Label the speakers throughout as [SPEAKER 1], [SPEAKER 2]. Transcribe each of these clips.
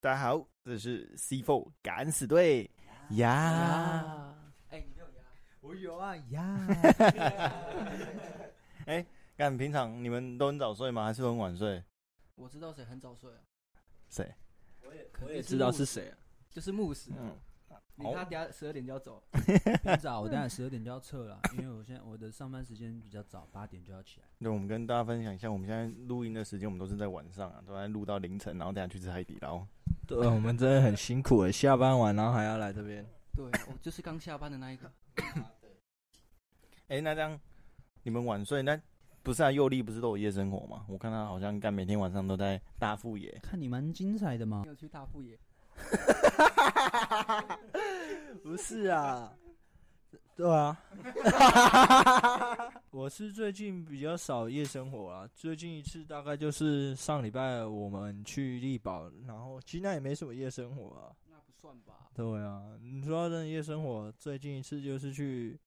[SPEAKER 1] 大家好，这是 C Four 敢死 队呀！
[SPEAKER 2] 啊
[SPEAKER 3] 哎，你没有压，
[SPEAKER 2] 我有啊呀，
[SPEAKER 1] 哎干、平常你们都很早睡吗？还是很晚睡？
[SPEAKER 3] 我知道谁很早睡啊，
[SPEAKER 1] 谁？
[SPEAKER 3] 我也
[SPEAKER 2] 我也知道是，谁啊。
[SPEAKER 3] 就是牧师啊，
[SPEAKER 1] 嗯，
[SPEAKER 3] 你
[SPEAKER 1] 好
[SPEAKER 3] 他等下十二点就要 走，
[SPEAKER 2] 很早，啊我当然十二点就要撤了，因为我现在我的上班时间比较早，八点就要起来。
[SPEAKER 1] 那我们跟大家分享一下，我们现在录音的时间，我们都是在晚上啊，都在录到凌晨，然后等下去吃海底捞。
[SPEAKER 4] 对，我们真的很辛苦了，下班晚然后还要来这边。
[SPEAKER 3] 对我就是刚下班的那一个，
[SPEAKER 1] 哎、那这样你们晚睡，那不是啊？佑力不是都有夜生活吗？我看他好像干每天晚上都在大富野。
[SPEAKER 2] 看你蛮精彩的嘛
[SPEAKER 3] 没，有去大富野，
[SPEAKER 4] 不是啊，对 啊，我是最近比较少夜生活啊，最近一次大概就是上礼拜我们去力宝，然后其实那也没什么夜生活啊。
[SPEAKER 3] 那不算吧？
[SPEAKER 4] 对啊，你说到真的夜生活，最近一次就是去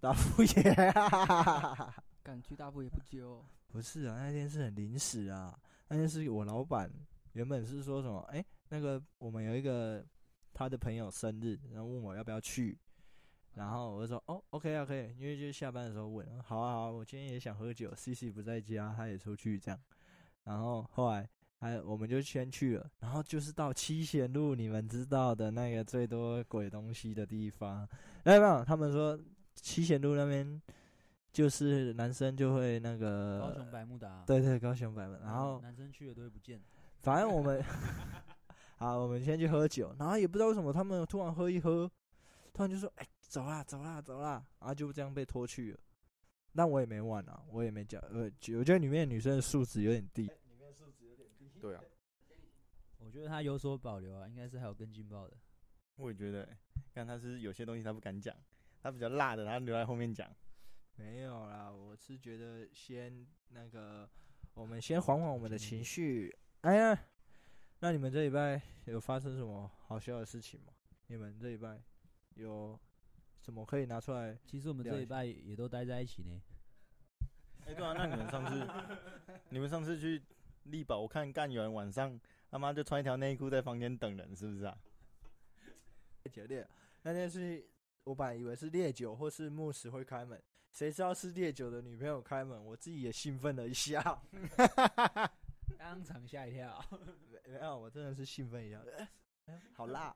[SPEAKER 4] 大富野、啊。
[SPEAKER 3] 敢去大富野不揪，
[SPEAKER 4] 不是啊，那天是很临时啊，那天是我老板原本是说什么，哎、那个我们有一个他的朋友生日，然后问我要不要去，然后我就说哦，OK 啊，可以，因为就是下班的时候问，好啊好啊，我今天也想喝酒，C C 不在家，他也出去这样，然后后来。哎，我们就先去了，然后就是到七贤路，你们知道的那个最多鬼东西的地方。哎没有没有，他们说七贤路那边就是男生就会那个
[SPEAKER 2] 呃
[SPEAKER 3] 哦
[SPEAKER 2] 高雄百慕达。，
[SPEAKER 4] 对对，高雄版本。然后
[SPEAKER 2] 男生去的都会不见，
[SPEAKER 4] 反正我们， 好，我们先去喝酒，然后也不知道为什么他们突然喝一喝，突然就说：“哎、走啦，走啦，走啦！”然后就这样被拖去了。那我也没玩啊，我也没讲，呃，就我觉得里面的女生的素质有点低。
[SPEAKER 1] 对啊，
[SPEAKER 2] 我觉得他有所保留啊，应该是还有更劲爆的。
[SPEAKER 1] 我也觉得、看他是有些东西他不敢讲，他比较辣的，他留在后面讲。
[SPEAKER 4] 没有啦，我是觉得先那个，我们先缓缓我们的情绪。哎呀，那你们这礼拜有发生什么好笑的事情吗？你们这礼拜有什么可以拿出来
[SPEAKER 2] 其实我们
[SPEAKER 4] 了
[SPEAKER 2] 这
[SPEAKER 4] 解
[SPEAKER 2] 礼拜也都待在一起呢。
[SPEAKER 1] 哎、对啊，那你们上次， 你们上次去力宝，我看干有人晚上他妈就穿一条内裤在房间等人，是不是啊？
[SPEAKER 4] 酒烈，那天是我本来以为是烈酒或是牧师会开门，谁知道是烈酒的女朋友开门，我自己也兴奋了一下。
[SPEAKER 2] 当场吓一跳，
[SPEAKER 4] 没有，我真的是兴奋一下，哎哎好辣！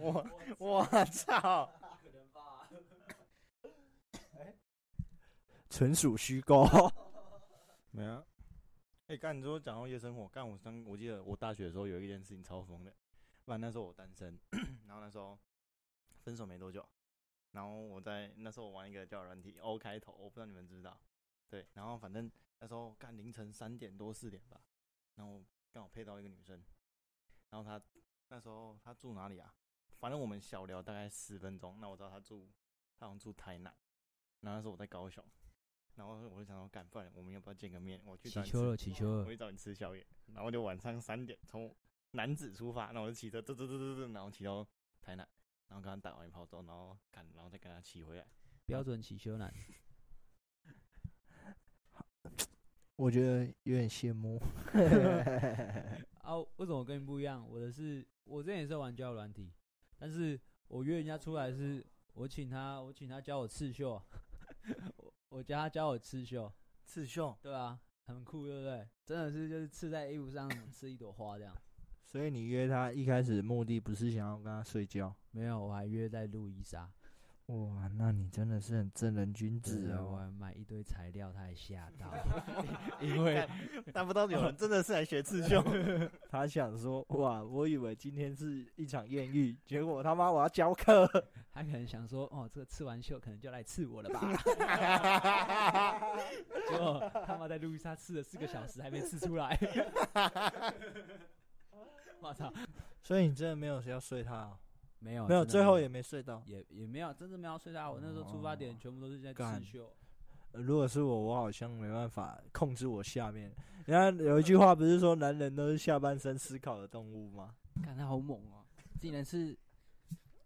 [SPEAKER 1] 我我操！
[SPEAKER 4] 纯属虚构。
[SPEAKER 1] 没啊。哎、干，你说讲到夜生活，干我上我记得我大学的时候有一件事情超疯的，不然那时候我单身，然后那时候分手没多久，然后我在那时候我玩一个叫软体 O 开头，我不知道你们知不知道，对，然后反正那时候干凌晨三点多四点吧，然后刚好配到一个女生，然后她那时候她住哪里啊？反正我们小聊大概十分钟，那我知道她住，她好像住台南，然后那时候我在高雄，然后我就想说，干，不然我们要不要见个面？我去
[SPEAKER 2] 起
[SPEAKER 1] 找你吃
[SPEAKER 2] 秋了，起秋
[SPEAKER 1] 我
[SPEAKER 2] 了，
[SPEAKER 1] 去找你吃宵夜，然后就晚上三点从南子出发，那我就骑车，嘟嘟嘟嘟嘟，然后骑到台南，然后跟他打完一炮之后，然后赶，然后再跟他骑回来。
[SPEAKER 2] 标准起秋男。
[SPEAKER 4] 我觉得有点羡慕。
[SPEAKER 2] 啊，为什么我跟你不一样？我的是，我之前也是玩交友软体，但是我约人家出来是，我请他，我请他教我刺绣， 我我叫他教我刺绣，
[SPEAKER 1] 刺绣，
[SPEAKER 2] 对啊，很酷，对不对？真的是就是刺在衣服上刺一朵花这样。
[SPEAKER 4] 所以你约他一开始目的不是想要跟他睡觉？
[SPEAKER 2] 没有，我还约在路易莎，
[SPEAKER 4] 哇，那你真的是很正人君
[SPEAKER 2] 对
[SPEAKER 4] 子
[SPEAKER 2] 啊
[SPEAKER 4] 哦。
[SPEAKER 2] 我还买一堆材料，他还吓到，因为
[SPEAKER 1] 但不知道有人真的是来学刺绣。
[SPEAKER 4] 他想说，哇，我以为今天是一场艳遇，结果他妈我要教课。
[SPEAKER 2] 他可能想说，哦，这个刺完绣可能就来刺我了吧。 结果他妈在路易莎刺了四个小时还没刺出来， 我操！
[SPEAKER 4] 所以你真的没有要睡他、哦？
[SPEAKER 2] 没有，
[SPEAKER 4] 没有，
[SPEAKER 2] 真的
[SPEAKER 4] 最后也没睡到。
[SPEAKER 2] 也也没有，真的没有睡到。我那时候出发点
[SPEAKER 4] 哦
[SPEAKER 2] 全部都是在
[SPEAKER 4] 干
[SPEAKER 2] 刺绣，
[SPEAKER 4] 呃如果是我，我好像没办法控制我下面。 人家有一句话不是说男人都是下半身思考的动物吗？
[SPEAKER 3] 看他好猛哦，竟然是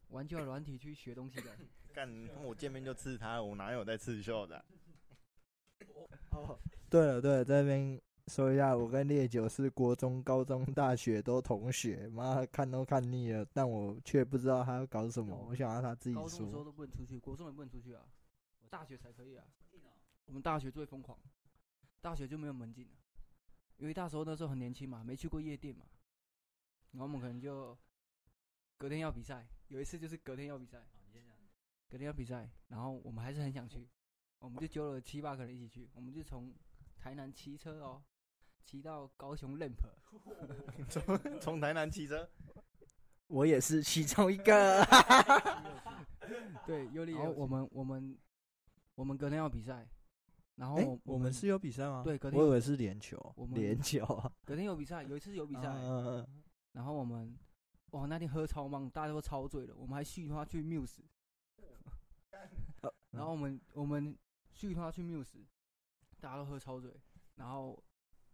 [SPEAKER 3] 玩交友软体去学东西的，
[SPEAKER 1] 干，我见面就刺他，我哪有在刺绣的啊、
[SPEAKER 4] 对了对了，在那边说一下，我跟烈酒是国中、高中、大学都同学，妈看都看腻了，但我却不知道他要搞什么，我想让他自己
[SPEAKER 3] 高中的时候
[SPEAKER 4] 说。
[SPEAKER 3] 都不能出去，国中也不能出去啊，大学才可以啊。我们大学最疯狂，大学就没有门禁了，因为那时候那时候很年轻嘛，没去过夜店嘛，然后我们可能就隔天要比赛，有一次就是隔天要比赛，隔天要比赛，然后我们还是很想去，我们就揪了七八个人一起去，我们就从台南骑车哦，骑到高雄 Lamp，
[SPEAKER 1] 从从台南骑车，
[SPEAKER 4] 我也是其中一 个。
[SPEAKER 3] 对，尤里
[SPEAKER 4] 然后
[SPEAKER 3] 我们我们我们隔天要比赛，然后
[SPEAKER 4] 哎、
[SPEAKER 3] 我
[SPEAKER 4] 我们是有比赛吗？
[SPEAKER 3] 对隔天
[SPEAKER 4] 我以
[SPEAKER 3] 有
[SPEAKER 4] 为是联球
[SPEAKER 3] 我，们
[SPEAKER 4] 联球啊，
[SPEAKER 3] 隔天有比赛，有一次有比赛，
[SPEAKER 4] 嗯嗯
[SPEAKER 3] 然后我们哇那天喝超忙，大家都超醉了，我们还续花去 Muse，
[SPEAKER 4] 嗯
[SPEAKER 3] 然后我们我们续花去 Muse，大家都喝超醉，然后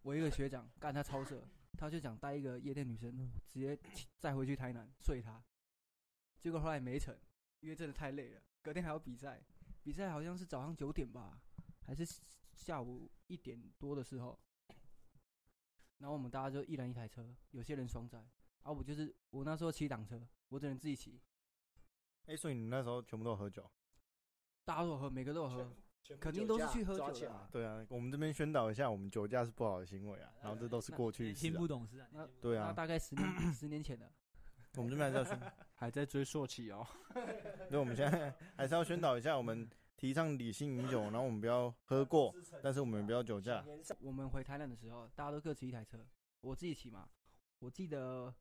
[SPEAKER 3] 我一个学长干他超色，他就想带一个夜店女
[SPEAKER 1] 嗯
[SPEAKER 3] 生，直接骑再回去台南睡她，结果后来没成，因为真的太累了，隔天还要比赛，比赛好像是早上九点吧，还是下午一点多的时候。然后我们大家就一人一台车，有些人双载，啊，我就是我那时候骑挡车，我只能自己骑，
[SPEAKER 1] 哎，所以你那时候全部都有喝酒，
[SPEAKER 3] 大家都有喝，每个都有
[SPEAKER 4] 呃
[SPEAKER 3] 喝，肯定都是去喝酒的啊、
[SPEAKER 1] 对啊，我们这边宣导一下，我们酒驾是不好的行为啊，然后这都是过去
[SPEAKER 2] 年
[SPEAKER 1] 式
[SPEAKER 2] 轻
[SPEAKER 1] 啊、
[SPEAKER 2] 不懂事啊，
[SPEAKER 3] 那
[SPEAKER 1] 对
[SPEAKER 3] 那
[SPEAKER 1] 啊，
[SPEAKER 3] 大概十年 十年前的，
[SPEAKER 1] 我们这边还是要宣，
[SPEAKER 4] 还在追朔气哦。
[SPEAKER 1] 对，我们现在还是要宣导一下，我们提倡理性饮酒，然后我们不要喝过，但是我们不要酒驾。
[SPEAKER 3] 我们回台南的时候，大家都各骑一台车，我自己骑嘛。我记得，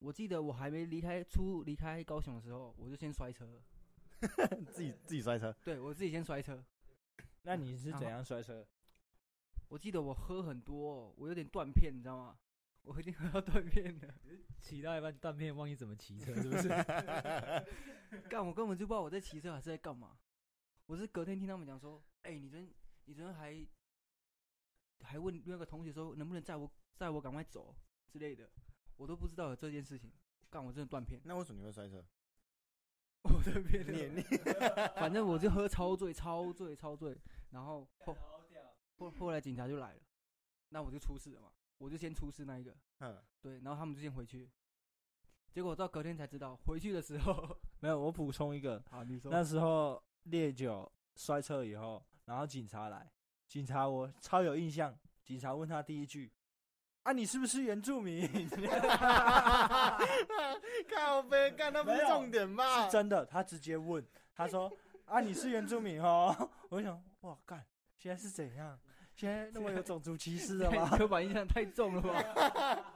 [SPEAKER 3] 我记得我还没离开出离开高雄的时候，我就先摔车，
[SPEAKER 1] 自己自己摔 车，
[SPEAKER 3] 对我自己先摔车。
[SPEAKER 4] 那你是
[SPEAKER 3] 然后
[SPEAKER 4] 样摔车？
[SPEAKER 3] 我记得我喝很多哦、我有点断片，你知道吗？我已经喝到断片了，
[SPEAKER 2] 骑到一半断片，忘记怎么骑车，是不是？
[SPEAKER 3] 干我根本就不知道我在骑车还是在干嘛。我是隔天听他们讲说，哎、你昨天你昨天还还问那个同学说能不能载我载我赶快走之类的，我都不知道有这件事情。干我真的断片，
[SPEAKER 1] 那为什么你会摔车？
[SPEAKER 3] 我断片了。
[SPEAKER 1] 你你
[SPEAKER 3] 反正我就喝超醉、超醉、超醉，然后后后后来警察就来了，那我就出事了嘛，我就先出事那一个，
[SPEAKER 1] 嗯，
[SPEAKER 3] 对，然后他们就先回去，结果到隔天才知道，回去的时候，
[SPEAKER 4] 没有，我补充一个，
[SPEAKER 3] 啊， 你说
[SPEAKER 4] 那时候烈酒摔车以后，然后警察来，警察我超有印象，警察问他第一句：“啊，你是不是原住民？”
[SPEAKER 1] 靠背干，那不是重点吧？
[SPEAKER 4] 真的，他直接问，他 说：“啊，你是原住民哦。” 我想，哇，干，现在是怎样？现在那么有种族歧视了 吗？
[SPEAKER 3] 刻板印象太重了吧？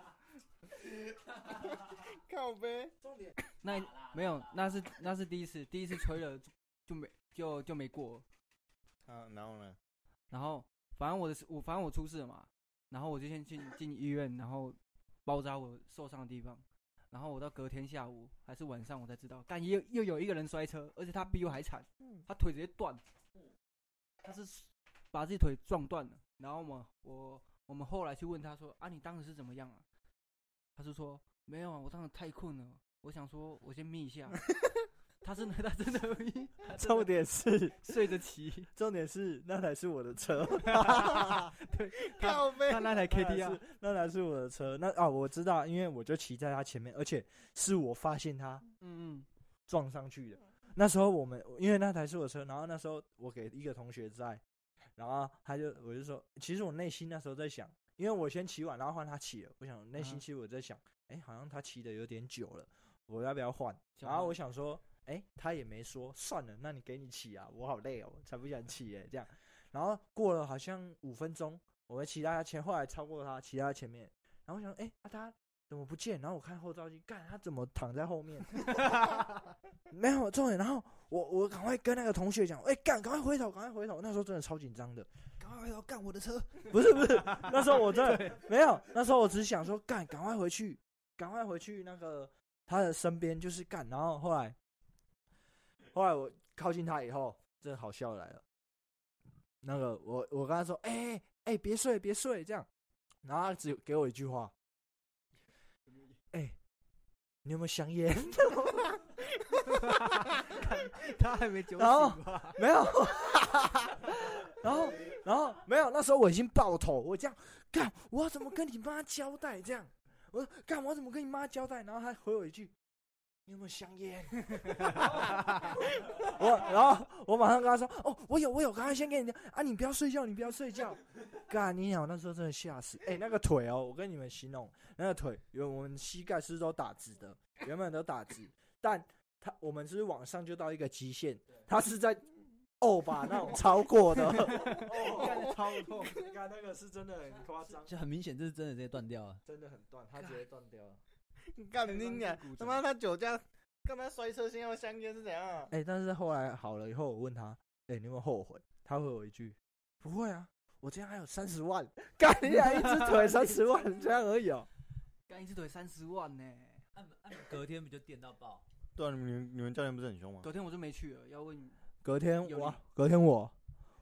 [SPEAKER 1] 靠背，
[SPEAKER 3] 那没有，那是那是第一次，第一次吹了就就没就就没过，
[SPEAKER 1] 啊，然后呢？
[SPEAKER 3] 然后反正我的我反正我出事了嘛，然后我就先进进医院，然后包扎我受伤的地方，然后我到隔天下午还是晚上我才知道，但又又有一个人摔车，而且他比我还惨，他腿直接断，他是把自己腿撞断了。然后嘛，我我们后来去问他说啊，你当时是怎么样啊？他是说没有啊，我当时太困了，我想说我先眯一下。他真的，他真的 眯，他真
[SPEAKER 4] 重
[SPEAKER 3] 的
[SPEAKER 4] 点是，
[SPEAKER 3] 睡着骑，
[SPEAKER 4] 重点是，那台是我 的车，
[SPEAKER 1] 靠背
[SPEAKER 3] 他，那台 K T
[SPEAKER 4] 那
[SPEAKER 3] R
[SPEAKER 4] 台是 那 台是我的车。那啊，我知道，因为我就骑在他前面，而且是我发现他
[SPEAKER 3] 嗯
[SPEAKER 4] 撞上去的。那时候我们因为那台是我车，然后那时候我给一个同学在，然后他就我就说，其实我内心那时候在想，因为我先骑完，然后换他骑了，我想内心
[SPEAKER 3] 嗯
[SPEAKER 4] 其实我在想，哎、好像他骑的有点久了，我要不要换？
[SPEAKER 3] 想
[SPEAKER 4] 然后
[SPEAKER 3] 换
[SPEAKER 4] 我想说，哎、他也没说，算了，那你给你骑啊，我好累哦，才不想骑哎、这样。然后过了好像五分钟，我们骑到他前，后来超过他，骑到他前面，然后我想，哎、那他怎么不见？然后我看后照镜，干他怎么躺在后面？ 没有重点。然后我我赶快跟那个同学讲，哎、干，赶快回头，赶快回头。那时候真的超紧张的，赶快回头，干我的车。不是不是， 那时候我真的没有，那时候我只是想说，干，赶快回去，赶快回去那个他的身边，就是干。然后后来，后来我靠近他以后，真的好笑来了。那个我我跟他说，哎、哎、哎别睡别睡这样，然后他只给我一句话，哎、你有没有香烟？
[SPEAKER 3] 他还没酒
[SPEAKER 4] 然后
[SPEAKER 3] 醒吧？
[SPEAKER 4] 没有，然后然后没有，那时候我已经爆头，我这样干，我要怎么跟你妈交代？这样，我说干，我要怎么跟你妈交代？然后他回我一句。你有没有香 烟？我然后我马上跟他说：“哦，我有，我有。”刚刚先跟你讲啊，你不要睡觉，你不要睡觉。干你娘！我那时候真的吓死。哎、那个腿哦，我跟你们形容，那个腿，原我们膝盖是都打直的，原本都打直，但他我们是往上就到一个极限，他是在哦吧那种超过的， 哦，
[SPEAKER 3] 超 痛，
[SPEAKER 4] 干那个是真的很夸张，
[SPEAKER 2] 就很明显，这是真的直接断掉了。
[SPEAKER 4] 真的很断，他直接断掉了。
[SPEAKER 1] 干你娘！他妈他酒驾，干嘛摔车先要香烟是怎样啊？
[SPEAKER 4] 哎、但是后来好了以后，我问他，哎、你有没有后悔？他回我一句，不会啊，我今天还有三十万，干你俩一只腿三十万，这样而已哦。
[SPEAKER 3] 干一只腿三十万呢。
[SPEAKER 2] 按按隔天不就电到爆？
[SPEAKER 1] 对啊，你们你们教练不是很凶吗？
[SPEAKER 3] 隔天我就没去了，要问你
[SPEAKER 4] 隔天
[SPEAKER 3] 有
[SPEAKER 4] 我
[SPEAKER 3] 力，
[SPEAKER 4] 隔天我，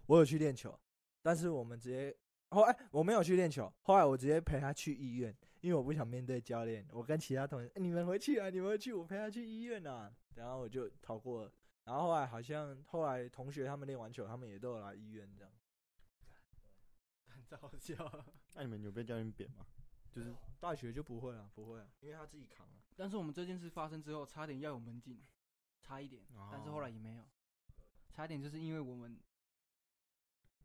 [SPEAKER 4] 我有去练球，但是我们直接后来我没有去练球，后来我直接陪他去医院，因为我不想面对教练，我跟其他同学、哎你们回去啊，你们回去，我陪他去医院啊，然后我就逃过了。然后后来好像后来同学他们练完球，他们也都有来医院这样。
[SPEAKER 3] 很搞笑。
[SPEAKER 1] 那、你们有被教练扁吗？就是
[SPEAKER 4] 大学就不会了，不会了，因为他自己扛啊了。
[SPEAKER 3] 但是我们这件事发生之后，差点要有门禁，差一点，
[SPEAKER 1] 哦
[SPEAKER 3] 但是后来也没有，差一点就是因为我们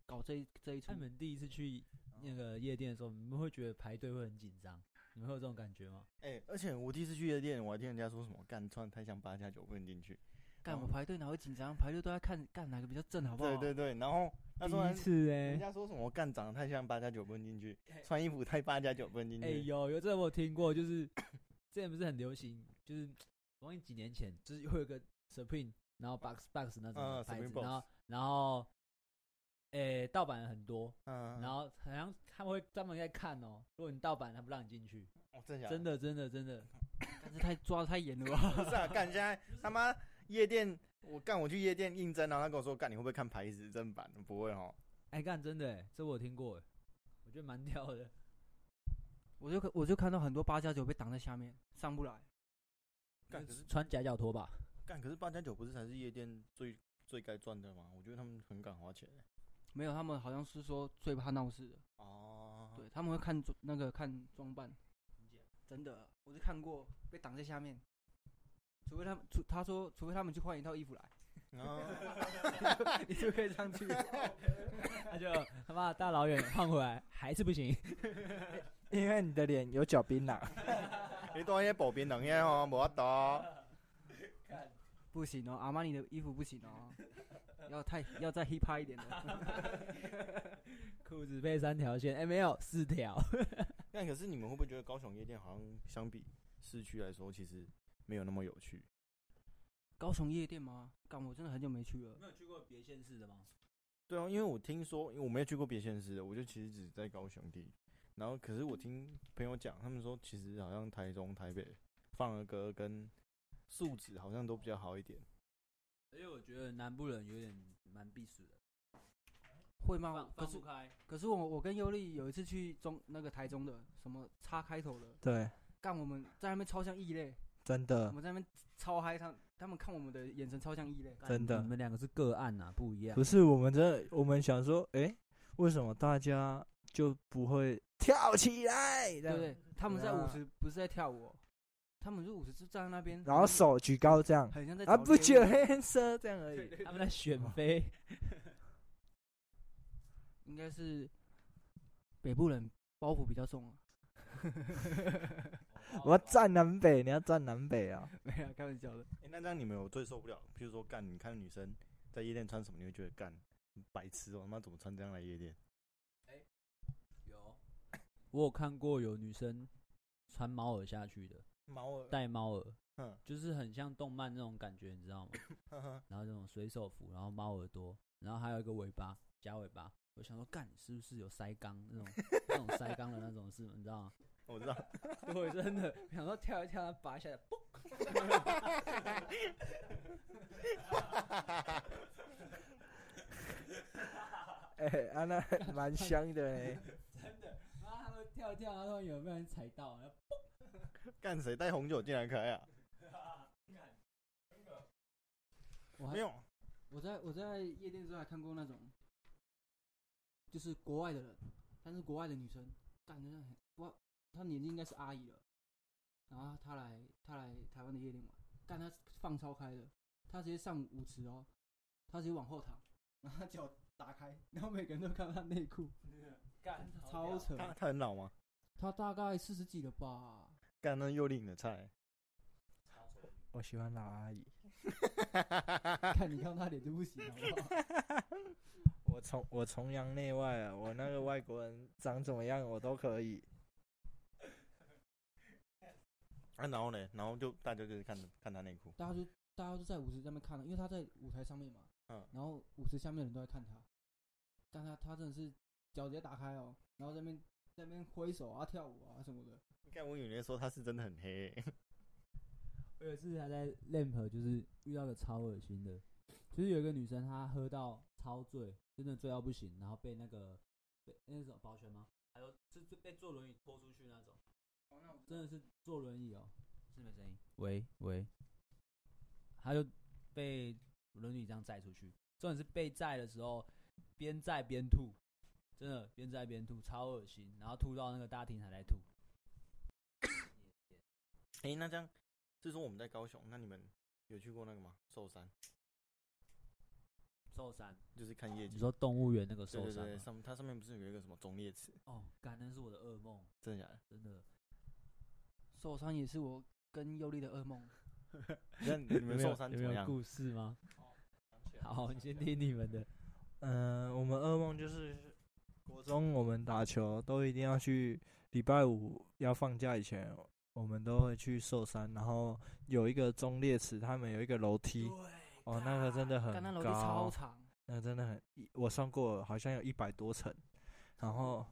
[SPEAKER 3] 搞这一这一出
[SPEAKER 2] 他，们第一次去那个夜店的时候，你们会觉得排队会很紧张，你们会有这种感觉吗？
[SPEAKER 1] 哎、而且我第一次去夜店，我还听人家说什么干穿太像八加九不能进去。
[SPEAKER 3] 干我排队哪会紧张，排队都在看干哪个比较正，好不好？
[SPEAKER 1] 哦对对对，然后他说
[SPEAKER 2] 第一次哎、
[SPEAKER 1] 人家说什么干长得太像八加九不能进去
[SPEAKER 2] 哎，
[SPEAKER 1] 穿衣服太八加九不能进
[SPEAKER 2] 哎、
[SPEAKER 1] 去。
[SPEAKER 2] 有有这我有听过，就是 之前不是很流行，就是我忘记几年前，就是会有一个 Supreme，然后 Box Box 那种的
[SPEAKER 1] 嗯
[SPEAKER 2] 牌子，
[SPEAKER 1] ，Supreme Box
[SPEAKER 2] 然后然后，哎、盗版很多，
[SPEAKER 1] 嗯，
[SPEAKER 2] 然后好像他们会专门在看哦，如果你盗版，他不让你进去，
[SPEAKER 1] 哦真假
[SPEAKER 2] 真的真的真的，
[SPEAKER 3] 但是太抓的太严了吧？
[SPEAKER 1] 不 是啊，干现在他妈夜店，我干我去夜店应征，然后他跟我说干你会不会看牌子正版？不会哦，
[SPEAKER 2] 哎、干真的、哎，这我有听过、哎，我觉得蛮屌的。
[SPEAKER 3] 我就我就看到很多八加九被挡在下面，上不来。
[SPEAKER 1] 干可是
[SPEAKER 2] 穿夹脚拖吧，
[SPEAKER 1] 干可是八加九不是才是夜店最最该赚的吗？我觉得他们很敢花钱。欸
[SPEAKER 3] 没有，他们好像是说最怕闹事的，
[SPEAKER 1] 哦，
[SPEAKER 3] 对，他们会看装那个看装扮，真的，我就看过被挡在下面，除非他们，除他说，除非他们去换一套衣服来，
[SPEAKER 1] 然后
[SPEAKER 3] 你就可以上去。
[SPEAKER 2] 他就他妈大老远换回来还是不行。
[SPEAKER 4] 因为你的脸有脚槟榔，
[SPEAKER 1] 你当一保边人呀哦，无法度。
[SPEAKER 3] 不行哦，阿玛尼的衣服不行哦， 要太要再 hip hop 一点的。
[SPEAKER 2] 裤子配三条线，哎、没有四条。
[SPEAKER 1] 但可是你们会不会觉得高雄夜店好像相比市区来说，其实没有那么有趣？
[SPEAKER 3] 高雄夜店吗？干，我真的很久没去了。
[SPEAKER 2] 有去过别县市的吗？
[SPEAKER 1] 对啊，因为我听说，因为我没有去过别县市的，我就其实只在高雄地。然后，可是我听朋友讲，他们说其实好像台中、台北放的歌跟素质好像都比较好一点。
[SPEAKER 2] 而且我觉得南部人有点蛮避暑的，
[SPEAKER 3] 会
[SPEAKER 2] 哦
[SPEAKER 3] 吗？可是
[SPEAKER 2] 开。
[SPEAKER 3] 可是我我跟尤丽有一次去中那个台中的什么叉开头的，
[SPEAKER 4] 对，
[SPEAKER 3] 干我们在那边超像异类，
[SPEAKER 4] 真
[SPEAKER 3] 我
[SPEAKER 4] 的
[SPEAKER 3] 们在那边超嗨，他他们看我们的眼神超像异类。
[SPEAKER 4] 真的
[SPEAKER 2] 你们两个是个案呐、啊，不一样
[SPEAKER 4] 不。是我们这，我们想说，哎、为什么大家就不会跳起来？对
[SPEAKER 3] 对不对？他们在
[SPEAKER 4] 对啊
[SPEAKER 3] 舞池不是在跳舞哦，他们是舞池是站在那边，
[SPEAKER 4] 然后手举高这 样，
[SPEAKER 3] 很像在找
[SPEAKER 4] 啊，不
[SPEAKER 3] 猎
[SPEAKER 4] 就
[SPEAKER 3] 物
[SPEAKER 4] hands 这样而已。
[SPEAKER 2] 他们在选妃，
[SPEAKER 3] 应该是北部人包袱比较重 啊。
[SPEAKER 4] 我要站南北，你要站南北啊！
[SPEAKER 3] 没有开玩笑的，
[SPEAKER 1] 诶那这样你们有最受不了？譬如说，干，你看女生在夜店穿什么，你会觉得干白痴哦、他妈怎么穿这样来夜店？
[SPEAKER 2] 有。我有看过有女生穿猫耳下去的，
[SPEAKER 1] 毛耳，
[SPEAKER 2] 戴猫耳，
[SPEAKER 1] 嗯，
[SPEAKER 2] 就是很像动漫那种感觉，你知道吗？
[SPEAKER 1] 呵呵
[SPEAKER 2] 然后这种水手服，然后猫耳朵，然后还有一个尾巴假尾巴。我想说，干，你是不是有腮缸 那种那种腮缸的那种事，你知道吗？
[SPEAKER 1] 我知道，
[SPEAKER 2] 对，真的 想说跳一跳，拔一下来，嘣！
[SPEAKER 4] 哎、啊，那蛮香的哎嘞。
[SPEAKER 2] 然后他们跳一跳，然后突然有没有人踩到？然后
[SPEAKER 1] 干谁带红酒进来开啊？
[SPEAKER 3] 我还
[SPEAKER 1] 没有，
[SPEAKER 3] 我在我在夜店的时候还看过那种就是国外的人，但是国外的女生，感觉很哇，她年纪应该是阿姨了，然后她来她来台湾的夜店玩，干她放超开的，她直接上舞池哦，她直接往后躺，然后她脚打开，然后每个人都看到她内裤，
[SPEAKER 2] 干
[SPEAKER 3] 超扯，
[SPEAKER 1] 他他很老吗？
[SPEAKER 3] 她大概四十几了吧，
[SPEAKER 1] 干那又领的菜，
[SPEAKER 4] 我喜欢老阿姨。
[SPEAKER 3] 看你看她脸就不行好不好？
[SPEAKER 4] 我崇我崇洋媚外啊！我那个外国人长怎么样我都可以。
[SPEAKER 1] 啊，然后呢，然后就大家就是看看他内裤，
[SPEAKER 3] 大家就大家都在舞池上面看了，因为他在舞台上面嘛，
[SPEAKER 1] 嗯
[SPEAKER 3] 然后舞池下面的人都在看他，但他他真的是脚直接打开哦，然后在那边在那边挥手啊、跳舞啊什么的，
[SPEAKER 1] 看我以为说他是真的很黑、欸
[SPEAKER 2] 我有一次还在 lamp 就是遇到个超恶心的，就是有一个女生她喝到超醉，真的醉到不行，然后被那个被那是什么保全吗？还有是是被坐轮椅拖出去那种，真的是坐轮椅哦，是没声音。喂喂，她就被轮椅这样载出去，重点是被载的时候边载边吐，真的边载边吐，超恶心，然后吐到那个大厅还在吐。
[SPEAKER 1] 哎、那这样，是说我们在高雄，那你们有去过那个吗？寿山，
[SPEAKER 2] 寿山，
[SPEAKER 1] 就是看夜
[SPEAKER 2] 你
[SPEAKER 1] 景。
[SPEAKER 2] 说动物园那个寿
[SPEAKER 1] 对对
[SPEAKER 2] 山
[SPEAKER 1] 对，
[SPEAKER 2] 吗？
[SPEAKER 1] 上它上面不是有一个什么忠烈祠？
[SPEAKER 2] 哦，感恩是我的噩梦，
[SPEAKER 1] 真 的假的？
[SPEAKER 2] 真的。
[SPEAKER 3] 受伤也是我跟尤力的噩梦。
[SPEAKER 1] 那你们寿山
[SPEAKER 2] 有
[SPEAKER 1] 怎
[SPEAKER 2] 没
[SPEAKER 1] 么
[SPEAKER 2] 有
[SPEAKER 1] 样？
[SPEAKER 2] 故事吗？好，你先听你们的。
[SPEAKER 4] 嗯、我们噩梦就是国中我们打球都一定要去，礼拜五要放假以前，我们都会去寿山，然后有一个中烈池，他们有一个楼梯，哦，那个真的很
[SPEAKER 3] 干那楼梯超
[SPEAKER 4] 高，
[SPEAKER 3] 长，
[SPEAKER 4] 那个真的很，我上过好像有一百多层，然后。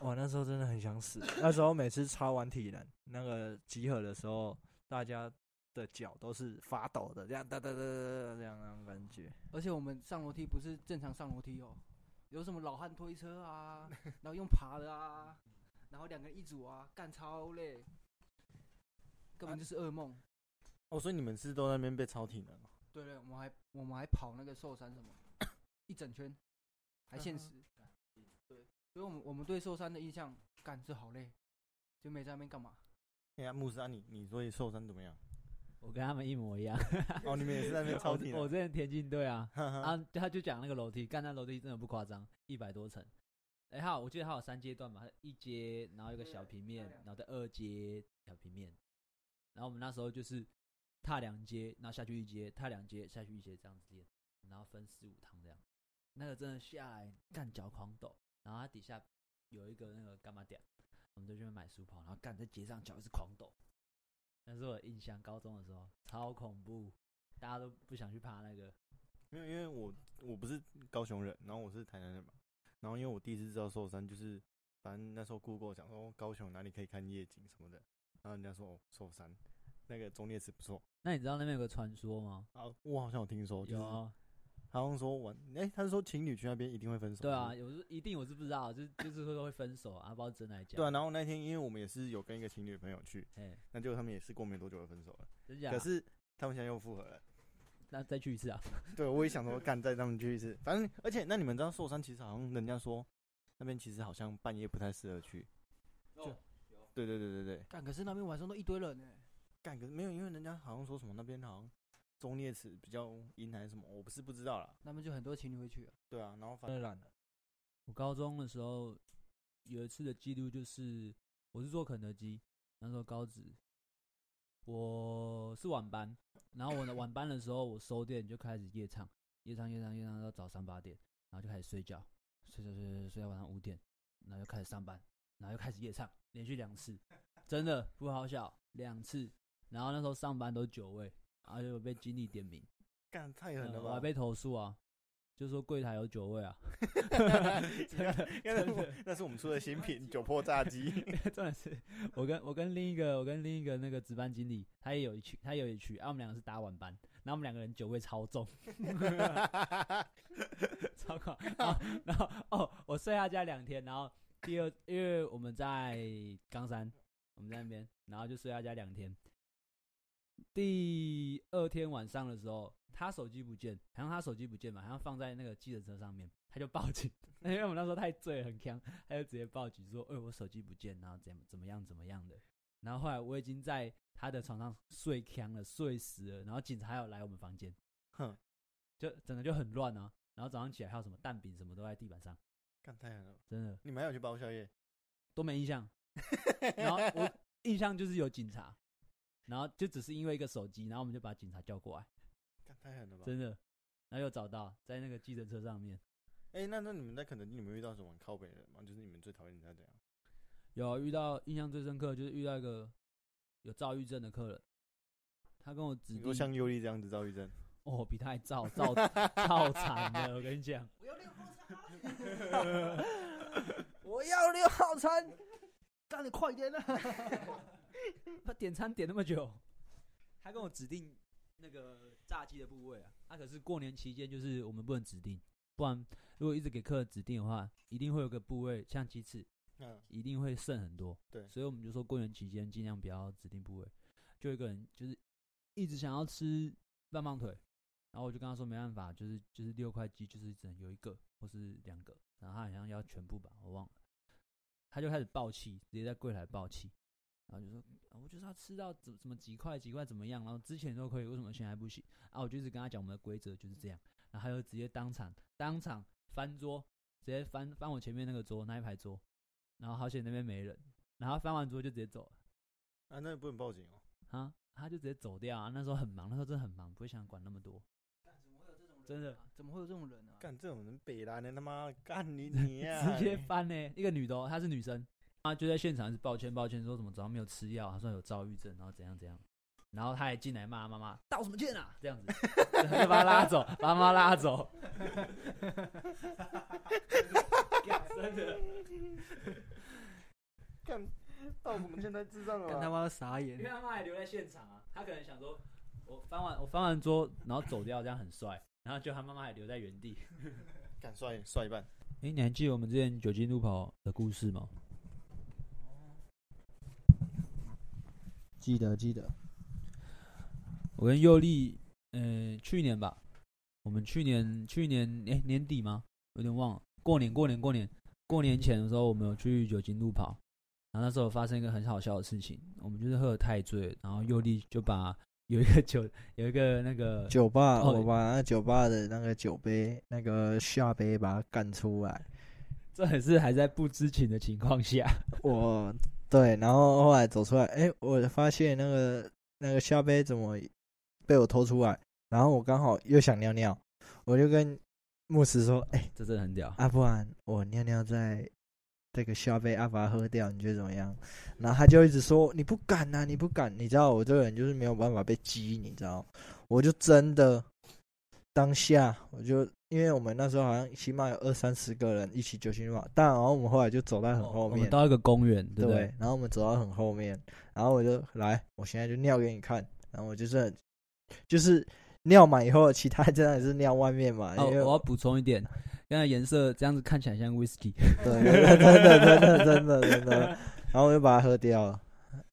[SPEAKER 4] 我那时候真的很想死。那时候每次操完体能，那个集合的时候，大家的脚都是发抖的，这样哒哒哒哒哒哒这样那种感觉。
[SPEAKER 3] 而且我们上楼梯不是正常上楼梯哦，有什么老汉推车啊，然后用爬的啊，然后两个人一组啊，干超累，根本就是噩梦。
[SPEAKER 1] 哦，所以你们是都在那边被超体能哦？
[SPEAKER 3] 对对，我们还我们还跑那个寿山什么，一整圈，还
[SPEAKER 4] 嗯
[SPEAKER 3] 限时。对，所以我们我们对寿山的印象，干这好累，就没在那边干嘛。
[SPEAKER 1] 哎呀，牧师啊，你你所以寿山怎么样？
[SPEAKER 2] 我跟他们一模 一样。
[SPEAKER 1] 哦，你们也是在那边超体
[SPEAKER 2] 我我
[SPEAKER 1] 能？
[SPEAKER 2] 之前田径队 啊，
[SPEAKER 1] 啊，
[SPEAKER 2] 啊，他就讲那个楼梯，干那楼梯真的不夸张，一百多层。哎，好，我记得它有三阶段嘛，它一阶，然后一个小平面，然后再二阶小平面。然后我们那时候就是踏两阶，然后下去一阶，踏两阶，下去一阶这样子练，然后分四五趟这样。那个真的下来干脚狂抖，然后它底下有一个那个干嘛点，我们就去那边买书跑，然后干在街上脚一直狂抖。那是我的印象，高中的时候超恐怖，大家都不想去爬那个。
[SPEAKER 1] 没有，因为我我不是高雄人，然后我是台南人嘛，然后因为我第一次知道寿山，就是反正那时候 Google 讲说、哦高雄哪里可以看夜景什么的，然后人家说哦寿山那个忠烈祠不错
[SPEAKER 2] 那你知道那边有个传说吗？
[SPEAKER 1] 啊，我好像有听说，就是
[SPEAKER 2] 有啊，
[SPEAKER 1] 好像说玩，哎、他是说情侣去那边一定会分手，
[SPEAKER 2] 对
[SPEAKER 1] 是不
[SPEAKER 2] 啊，
[SPEAKER 1] 是，
[SPEAKER 2] 有时一定我是不知道，就是就是会会分手啊，不知道真还是假。
[SPEAKER 1] 对啊，然后那天因为我们也是有跟一个情侣朋友去，
[SPEAKER 2] 哎，
[SPEAKER 1] 那就他们也是过没多久就分手了，
[SPEAKER 2] 真假？啊
[SPEAKER 1] 可是他们现在又复合了。
[SPEAKER 2] 那再去一次啊，
[SPEAKER 1] 对，我也想说干再让他们去一次，反正而且那你们知道寿山其实好像人家说那边其实好像半夜不太适合去，就
[SPEAKER 3] 有
[SPEAKER 1] 对对对对对，
[SPEAKER 3] 干，可是那边晚上都一堆人呢、
[SPEAKER 1] 干可是没有，因为人家好像说什么那边好像中烈祠比较阴还是什么，我不是不知道啦。
[SPEAKER 3] 那边就很多情侣会 去、啊。
[SPEAKER 1] 对啊，然后反
[SPEAKER 4] 真
[SPEAKER 1] 正
[SPEAKER 4] 的懒了。
[SPEAKER 2] 我高中的时候有一次的记录就是，我是做肯德基，那时候高职，我是晚班，然后我的晚班的时候我收店就开始夜唱，夜唱夜唱夜唱到早上八点，然后就开始睡觉，睡睡睡睡睡到晚上五点，然后又开始上班，然后又开始夜唱，连续两次，真的不好笑，两次，然后那时候上班都九位，然后就被经理点名，
[SPEAKER 1] 干太狠了
[SPEAKER 2] 呃我还
[SPEAKER 1] 吧？
[SPEAKER 2] 被投诉啊，就说柜台有九位啊。
[SPEAKER 1] 真的，因为那是我那是我们出的新品酒粕炸 鸡。
[SPEAKER 2] 重点是，我跟我跟另一个我跟另一个那个值班经理，他也有一区，他也有一区，啊，我们两个是打晚班，然后我们两个人酒味超重， 超狂。然后然后哦，我睡他家两天，然后第二，因为我们在冈山，我们在那边，然后就睡他家两天。第二天晚上的时候，他手机不见，好像他手机不见嘛，好像放在那个计程车上面，他就报警， 因为我们那时候太醉了很呛，他就直接报警说：“哎、我手机不见，然后怎么怎么样怎么样的。”然后后来我已经在他的床上睡呛了，睡死了，然后警察有来我们房间，
[SPEAKER 1] 哼，
[SPEAKER 2] 就整个就很乱啊。然后早上起来还有什么蛋饼什么都在地板上，
[SPEAKER 1] 干太狠了！
[SPEAKER 2] 真的
[SPEAKER 1] 你们还有去包宵夜？
[SPEAKER 2] 都没印象。然后我印象就是有警察，然后就只是因为一个手机，然后我们就把警察叫过来，
[SPEAKER 1] 干太狠了吧？
[SPEAKER 2] 真的，然后又找到在那个计程车上面。
[SPEAKER 1] 哎、那那你们在肯德基，你们遇到什么很靠北的人吗？就是你们最讨厌人家怎样？
[SPEAKER 2] 有啊遇到印象最深刻就是遇到一个有躁郁症的客人，他跟我指
[SPEAKER 1] 你
[SPEAKER 2] 定
[SPEAKER 1] 说像尤力这样子躁郁症，
[SPEAKER 2] 哦，比他还躁躁躁惨的，我跟你讲，
[SPEAKER 3] 不要六号餐，
[SPEAKER 4] 我要六号餐，让你快 点啊！
[SPEAKER 2] 他点餐点那么久，他跟我指定那个炸鸡的部位啊，他、可是过年期间就是我们不能指定，不然如果一直给客人指定的话，一定会有个部位像鸡翅，
[SPEAKER 1] 嗯，
[SPEAKER 2] 一定会剩很多。
[SPEAKER 1] 对
[SPEAKER 2] 所以我们就说过年期间尽量不要指定部位。就有一个人就是一直想要吃棒棒腿，然后我就跟他说没办法，就是就是六块鸡就是只能有一个或是两个，然后他好像要全部吧，我忘了。他就开始爆气，直接在柜台爆气，然后就说：“啊、我就是要吃到怎怎么几块几块怎么样，然后之前都可以，为什么现在不行？”啊，我就一直跟他讲我们的规则就是这样，然后他就直接当场当场翻桌，直接翻翻我前面那个桌那一排桌，然后好险那边没人，然后翻完桌就直接走了
[SPEAKER 1] 啊，那不能报警哦。
[SPEAKER 2] 啊，他就直接走掉啊。那时候很忙，那时候真的很忙，不会想管那么多。真的
[SPEAKER 3] 怎么会有这种人啊？
[SPEAKER 1] 干这种人北南的他妈干你你呀、
[SPEAKER 2] 直接翻呢、一个女的、哦，她是女生，啊，就在现场是抱歉抱歉，说什么早上没有吃药，她说有躁郁症，然后怎样怎样，然后她还进来骂妈妈道什么歉啊，这样子，就把她拉走，把妈妈拉 走，真的，
[SPEAKER 1] 干到我们现在智障了
[SPEAKER 3] 干他
[SPEAKER 1] 吧？
[SPEAKER 3] 妈傻
[SPEAKER 2] 因为
[SPEAKER 3] 眼！
[SPEAKER 2] 她妈还留在现场啊，她可能想说，我翻完我翻完桌，然后走掉，这样很帅，然后就她妈妈还留在原地。
[SPEAKER 1] 干帅帅 一半，
[SPEAKER 2] 哎、你还记得我们之前酒精路跑的故事吗？
[SPEAKER 4] 记得记得，
[SPEAKER 2] 我跟佑利，呃，去年吧，我们去年去年哎、诶年底吗？有点忘了。过年过年过年过年前的时候，我们有去酒精路跑，然后那时候有发生一个很好笑的事情，我们就是喝的太醉，然后佑利就把有一个酒有一个那个
[SPEAKER 4] 酒吧
[SPEAKER 2] 哦
[SPEAKER 4] 我把那酒吧的那个酒杯那个下杯把它干出 来，
[SPEAKER 2] 这也是还在不知情的情况下，
[SPEAKER 4] 我对，然后后来走出来，哎，我发现那个那个下杯怎么被我偷出来，然后我刚好又想尿尿，我就跟牧师说，哎，
[SPEAKER 2] 这真的很屌。
[SPEAKER 4] 啊，不然我尿尿在这个下杯阿法喝掉，你觉得怎么样？然后他就一直说你不敢啊呐、你不敢，你知道我这个人就是没有办法被激，你知道，我就真的当下我就。因为我们那时候好像起码有二三十个人一起酒精嘛，但然后我们后来就走在很后
[SPEAKER 2] 哦我
[SPEAKER 4] 面，
[SPEAKER 2] 们到一个公园，对不
[SPEAKER 4] 对？然后我们走到很后面，然后我就来，我现在就尿给你看，然后我就是就是尿满以后，其他真的是尿外面嘛，
[SPEAKER 2] 哦，
[SPEAKER 4] 因为
[SPEAKER 2] 我要补充一点，刚才颜色这样子看起来像 whisky，
[SPEAKER 4] 对，真的真的真的真的，
[SPEAKER 3] 呃
[SPEAKER 4] 然后我就把它喝掉了，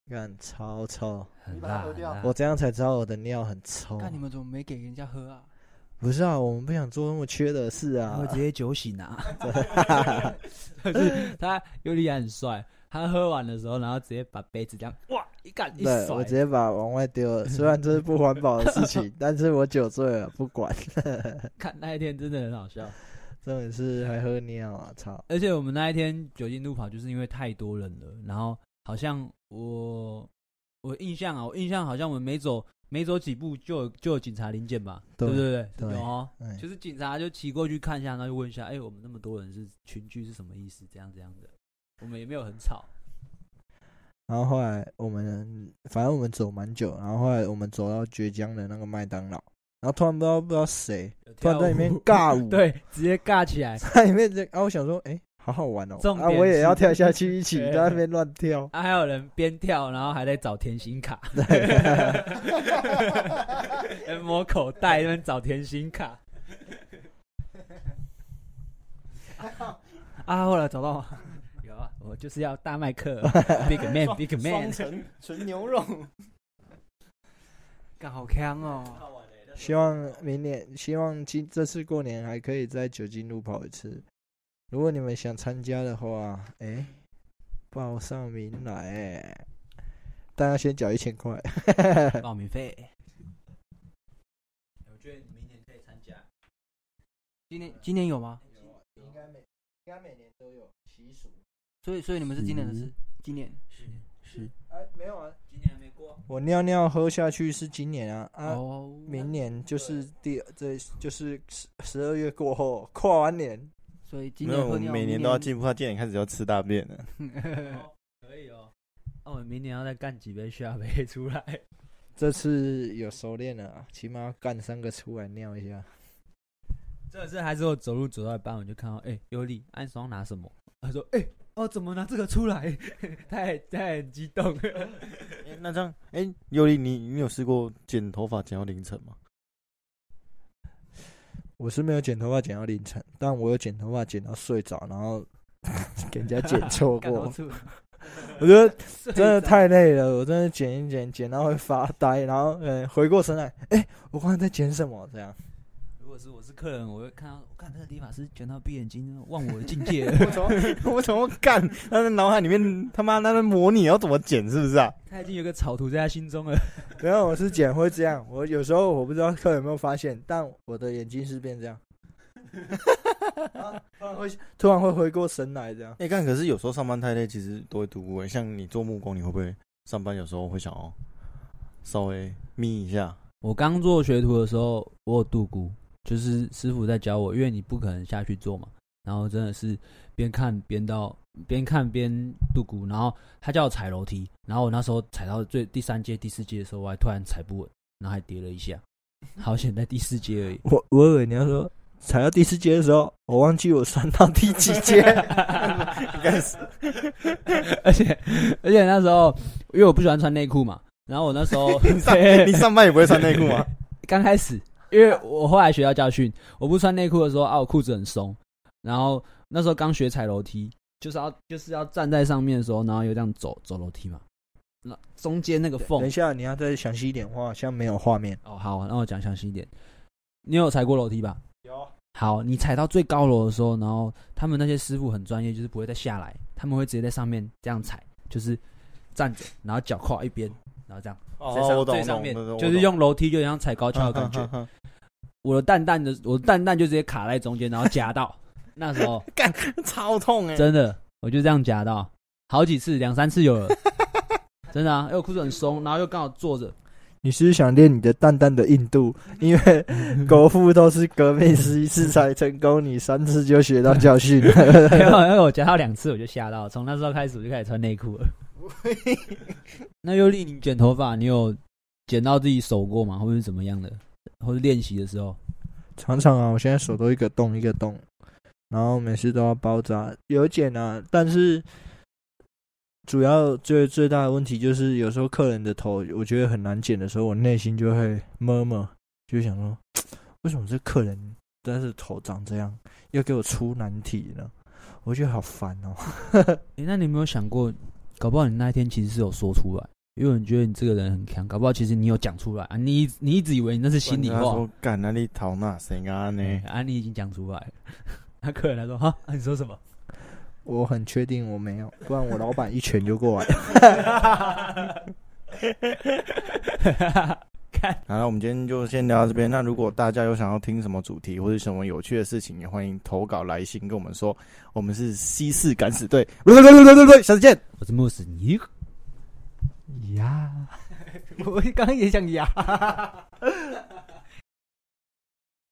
[SPEAKER 4] 看超臭，
[SPEAKER 2] 很
[SPEAKER 1] 把它
[SPEAKER 2] 辣。
[SPEAKER 1] 喝
[SPEAKER 2] 很
[SPEAKER 1] 掉
[SPEAKER 2] 辣
[SPEAKER 4] 我这样才知道我的尿很臭，
[SPEAKER 3] 看你们怎么没给人家喝啊？
[SPEAKER 4] 哦不是啊，我们不想做那么缺德的事啊
[SPEAKER 2] 会，直接酒醒啊！ 就是他尤利亚很帅，他喝完的时候，然后直接把杯子这样哇一干一
[SPEAKER 4] 对我
[SPEAKER 2] 甩
[SPEAKER 4] 直，接把往外丢了，虽然这是不环保的 事情，但是我酒醉了，不管，
[SPEAKER 2] 看那一天真的很好笑。
[SPEAKER 4] 重点是还喝尿啊，操！
[SPEAKER 2] 而且我们那一天酒精路跑，就是因为太多人了，然后好像我我印象啊，我印象好像我们每走每走几步就有就有警察临检吧，
[SPEAKER 4] 对
[SPEAKER 2] 对不对？
[SPEAKER 4] 对
[SPEAKER 2] 有哦，
[SPEAKER 4] 哎
[SPEAKER 2] 就是警察就骑过去看一下，然后就问一下，哎，我们那么多人是群聚是什么意思？这样这样的，我们也没有很吵。
[SPEAKER 4] 然后后来我们反正我们走蛮久，然后后来我们走到绝江的那个麦当劳，然后突然不知道不知道谁
[SPEAKER 2] 有
[SPEAKER 4] 突然在里面 尬舞，，
[SPEAKER 2] 对，直接尬起来。
[SPEAKER 4] 在里面这，啊，我想说，哎，好好玩哦，
[SPEAKER 2] 重
[SPEAKER 4] 啊，
[SPEAKER 2] 点
[SPEAKER 4] 我也
[SPEAKER 2] 是
[SPEAKER 4] 要 跳下去一起
[SPEAKER 2] 对
[SPEAKER 4] 在那边乱跳，
[SPEAKER 2] 啊，还有人边跳，然后还在找甜心卡， 在摸口袋，那边找甜心卡。
[SPEAKER 3] 啊，后来找到吗？
[SPEAKER 2] 有啊，我就是要
[SPEAKER 3] 哎
[SPEAKER 2] 大麦克，Big Man，Big
[SPEAKER 1] 双
[SPEAKER 2] Man。
[SPEAKER 1] 层纯牛肉，
[SPEAKER 3] 干好强哦！
[SPEAKER 4] 希望明年，希望今这次过年还可以在酒精路跑一次。如果你们想参加的话，哎、报上名来、欸，但要先缴一千块。
[SPEAKER 2] 报名费。哎我觉得你明年可以参加。
[SPEAKER 3] 今年今年有吗？
[SPEAKER 4] 应该每应该每年都有习俗。
[SPEAKER 3] 所以所以你们是今年的事
[SPEAKER 4] 嗯，
[SPEAKER 3] 今年
[SPEAKER 2] 是，
[SPEAKER 4] 哎、没有啊，
[SPEAKER 2] 今年还没 过。
[SPEAKER 4] 我尿尿喝下去是今年啊啊，
[SPEAKER 3] 哦，
[SPEAKER 4] 明年就是第这就是十十二月过后跨完年，
[SPEAKER 3] 所以 今
[SPEAKER 1] 没
[SPEAKER 3] 年
[SPEAKER 1] 有，
[SPEAKER 3] 喝
[SPEAKER 1] 我
[SPEAKER 3] 尿，
[SPEAKER 1] 每
[SPEAKER 3] 明
[SPEAKER 1] 年都要。进步，他今年开始要吃大便了。
[SPEAKER 2] 可以哦。那我们明年要再干几杯下杯出来。
[SPEAKER 4] 这次有熟练了啊，起码要干三个出来尿一下。
[SPEAKER 2] 这次还是我走路走到一半，我就看到，哎、尤里，安双拿什么？他说，哎、哦，怎么拿这个出来？ 太太很激动了。
[SPEAKER 1] 哎那这样，哎，尤里，你你有试过剪头发剪到凌晨吗？
[SPEAKER 4] 我是没有剪头发剪到凌晨，但我有剪头发剪到睡着，然后给人家剪 错
[SPEAKER 3] 干到
[SPEAKER 4] 过。
[SPEAKER 3] 吐，
[SPEAKER 4] 我觉得
[SPEAKER 3] 真
[SPEAKER 4] 真的呃太累了，我真的剪一剪，剪到会发呆，然后嗯回过神来，哎、我刚才在剪什么？这样，
[SPEAKER 2] 如果是我是客人，我会看到，我看那个理发师卷到闭眼睛，忘我的境 界
[SPEAKER 1] 我怎么我怎么干？ 他在脑海里面他妈他在模拟要怎么剪，是不是啊？
[SPEAKER 2] 他已经有个草图在他心中了。
[SPEAKER 4] 然后我是剪会这样，我有时候我不知道客人有没有发现，但我的眼睛是变 这样，啊突然会突然会回过神来这样。。
[SPEAKER 1] 哎，干，可是有时候上班太累，其实都会度过。像你做木工，你会不会上班有时候会想要稍微眯一 下？
[SPEAKER 2] 我刚做学徒的时候，我有度估，就是师傅在教我，因为你不可能下去做嘛。然后真的是边看边到边看边度估，然后他叫我踩楼梯，然后我那时候踩到最第三阶、第四阶的时候，我还突然踩不稳，然后还跌了一下，好险在第四阶 而已
[SPEAKER 4] 我我以为你要说踩到第四阶的时候，我忘记我算
[SPEAKER 3] 啊
[SPEAKER 4] 到第 几 阶。
[SPEAKER 1] 该死！
[SPEAKER 2] 而且而且那时候因为我不喜欢穿内裤嘛，然后我那时候
[SPEAKER 1] 你上
[SPEAKER 2] 对
[SPEAKER 1] 你上班也不会穿内裤啊吗？
[SPEAKER 2] 刚开始，因为我后来学到教训，我不穿内裤的时候啊，我裤子很松。然后那时候刚学踩楼梯，就是要就是要站在上面的时候，然后又这样走走楼梯嘛。那中间那个
[SPEAKER 4] 等
[SPEAKER 2] 缝
[SPEAKER 4] 一下，你要再详细一点话，像没有画面。
[SPEAKER 2] 哦，好，那我讲详细一点。你有踩过楼梯吧？
[SPEAKER 1] 啊
[SPEAKER 4] 有，
[SPEAKER 2] 好，你踩到最高楼的时候，然后他们那些师傅很专业，就是不会再下来，他们会直接在上面这样踩，就是站着，然后脚跨一边，然后这样在上
[SPEAKER 1] 哦，我懂，
[SPEAKER 2] 最
[SPEAKER 1] 我
[SPEAKER 2] 上
[SPEAKER 1] 懂
[SPEAKER 2] 面，
[SPEAKER 1] 我懂嗯
[SPEAKER 2] 就是用楼梯就像踩高跷的感觉。我的蛋蛋的，我的蛋蛋就直接卡在中间，然后 夹到。那时候
[SPEAKER 1] 超痛哎、
[SPEAKER 2] 真的，我就这样夹到，好几次，两三次 有了，真的啊！因为我裤子很松，然后又刚好坐 着，
[SPEAKER 4] 你是不是想练你的蛋蛋的硬度？因为国父都是革命十一次才成功，你三次就学到教训了。
[SPEAKER 2] 因为因为我夹到两次，我就吓到。从那时候开始，我就开始穿内裤了。 那尤丽，你剪头发，你有剪到自己手过吗？或者是怎么样的？或者练习的时候，
[SPEAKER 4] 常常啊，我现在手都一个洞一个洞，然后每次都要包扎，有剪啊，但是主要最最大的问题就是，有时候客人的头我觉得很难剪的时候，我内心就会 murmur，就会想说，为什么这客人但是头长这样，要给我出难题呢？我觉得好烦哦。
[SPEAKER 2] 诶那你有没有想过，搞不好你那一天其实是有说出来，因为你觉得你这个人很强，搞不好其实你有讲出来啊，你一你一直以为你那是心里
[SPEAKER 1] 他
[SPEAKER 2] 话。
[SPEAKER 1] 说干那里逃那谁啊呢？
[SPEAKER 2] 嗯啊，你已经讲出来了。那客人来说：“哈、啊你说什么
[SPEAKER 4] 我很确定我没有，不然我老板一拳就过来了。？”
[SPEAKER 2] 看，
[SPEAKER 1] 好了，我们今天就先聊到这边。那如果大家有想要听什么主题或者什么有趣的事情，也欢迎投稿来信跟我们说。我们是西式敢死 队，对对对对对对，下次见。
[SPEAKER 2] 我是穆斯尼。
[SPEAKER 4] 呀。
[SPEAKER 3] 我刚刚也想牙。